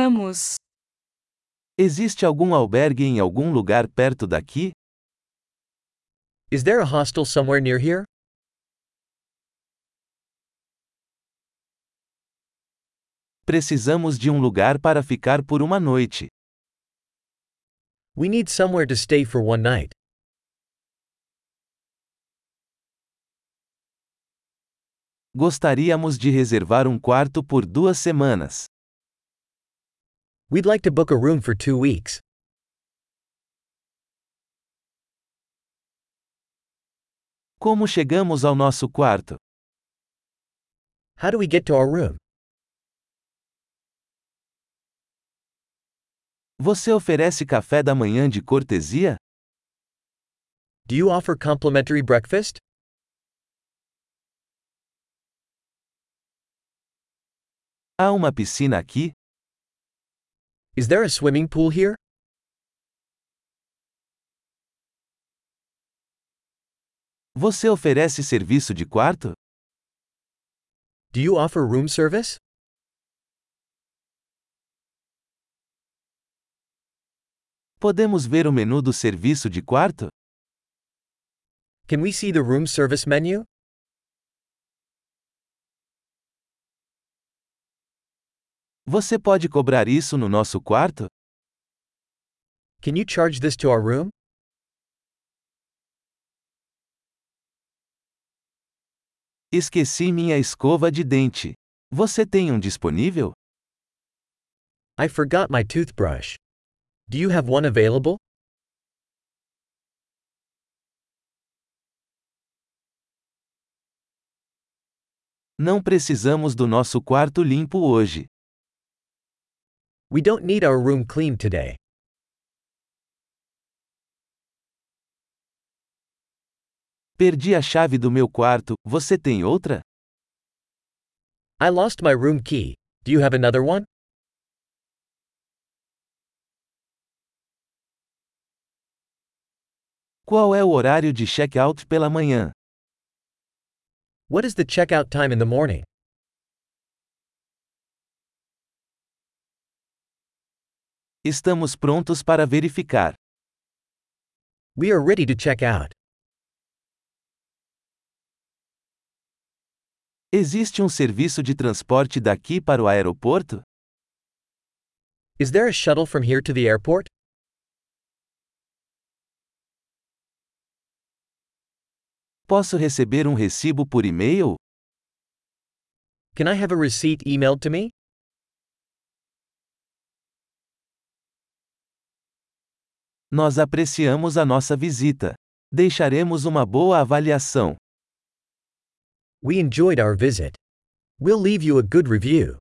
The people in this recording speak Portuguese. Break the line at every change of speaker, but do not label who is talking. Vamos.
Existe algum albergue em algum lugar perto daqui?
Is there a hostel somewhere near here?
Precisamos de um lugar para ficar por uma noite.
We need somewhere to stay for one night.
Gostaríamos de reservar um quarto por duas semanas.
We'd like to book a room for two weeks.
Como chegamos ao nosso quarto?
How do we get to our room?
Você oferece café da manhã de cortesia?
Do you offer complimentary breakfast?
Há uma piscina aqui?
Is there a swimming pool here?
Você oferece serviço de quarto?
Do you offer room service?
Podemos ver o menu do serviço de quarto?
Can we see the room service menu?
Você pode cobrar isso no nosso quarto?
Can you charge this to our room?
Esqueci minha escova de dente. Você tem um disponível?
I forgot my toothbrush. Do you have one available?
Não precisamos do nosso quarto limpo hoje.
We don't need our room cleaned today.
Perdi a chave do meu quarto, você tem outra?
I lost my room key. Do you have another one?
Qual é o horário de check-out pela manhã?
What is the checkout time in the morning?
Estamos prontos para verificar.
We are ready to check out.
Existe um serviço de transporte daqui para o aeroporto?
Is there a shuttle from here to the airport?
Posso receber um recibo por e-mail?
Can I have a receipt emailed to me?
Nós apreciamos a nossa visita. Deixaremos uma boa avaliação.
We enjoyed our visit. We'll leave you a good review.